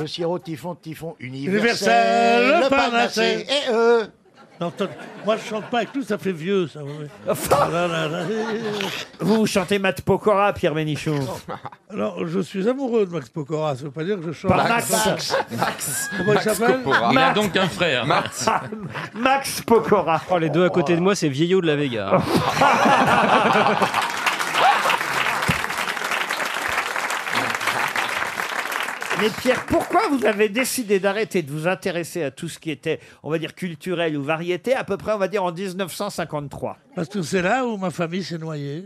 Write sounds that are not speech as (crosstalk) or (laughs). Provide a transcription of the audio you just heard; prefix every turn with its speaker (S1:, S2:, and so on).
S1: le sirop typhon, typhon universel, Eh,
S2: Universel, le
S1: panacée.
S2: panacée.
S1: Et eux
S2: Non, attends, moi, je chante pas avec nous, ça fait vieux, ça.
S3: (laughs)
S2: Là, là, là.
S3: Vous, vous chantez Matt Pokora, Pierre Bénichou.
S2: Alors, je suis amoureux de Max Pokora, ça veut pas dire que je chante.
S3: Par Max. Max,
S2: Comment il s'appelle
S4: Il a donc un frère.
S3: Max Pokora.
S5: Oh, les deux à côté de moi, c'est vieillot de la Vega.
S3: Oh. Mais Pierre, pourquoi vous avez décidé d'arrêter de vous intéresser à tout ce qui était, on va dire, culturel ou variété, à peu près, on va dire, en 1953
S2: Parce que c'est là où ma famille s'est noyée.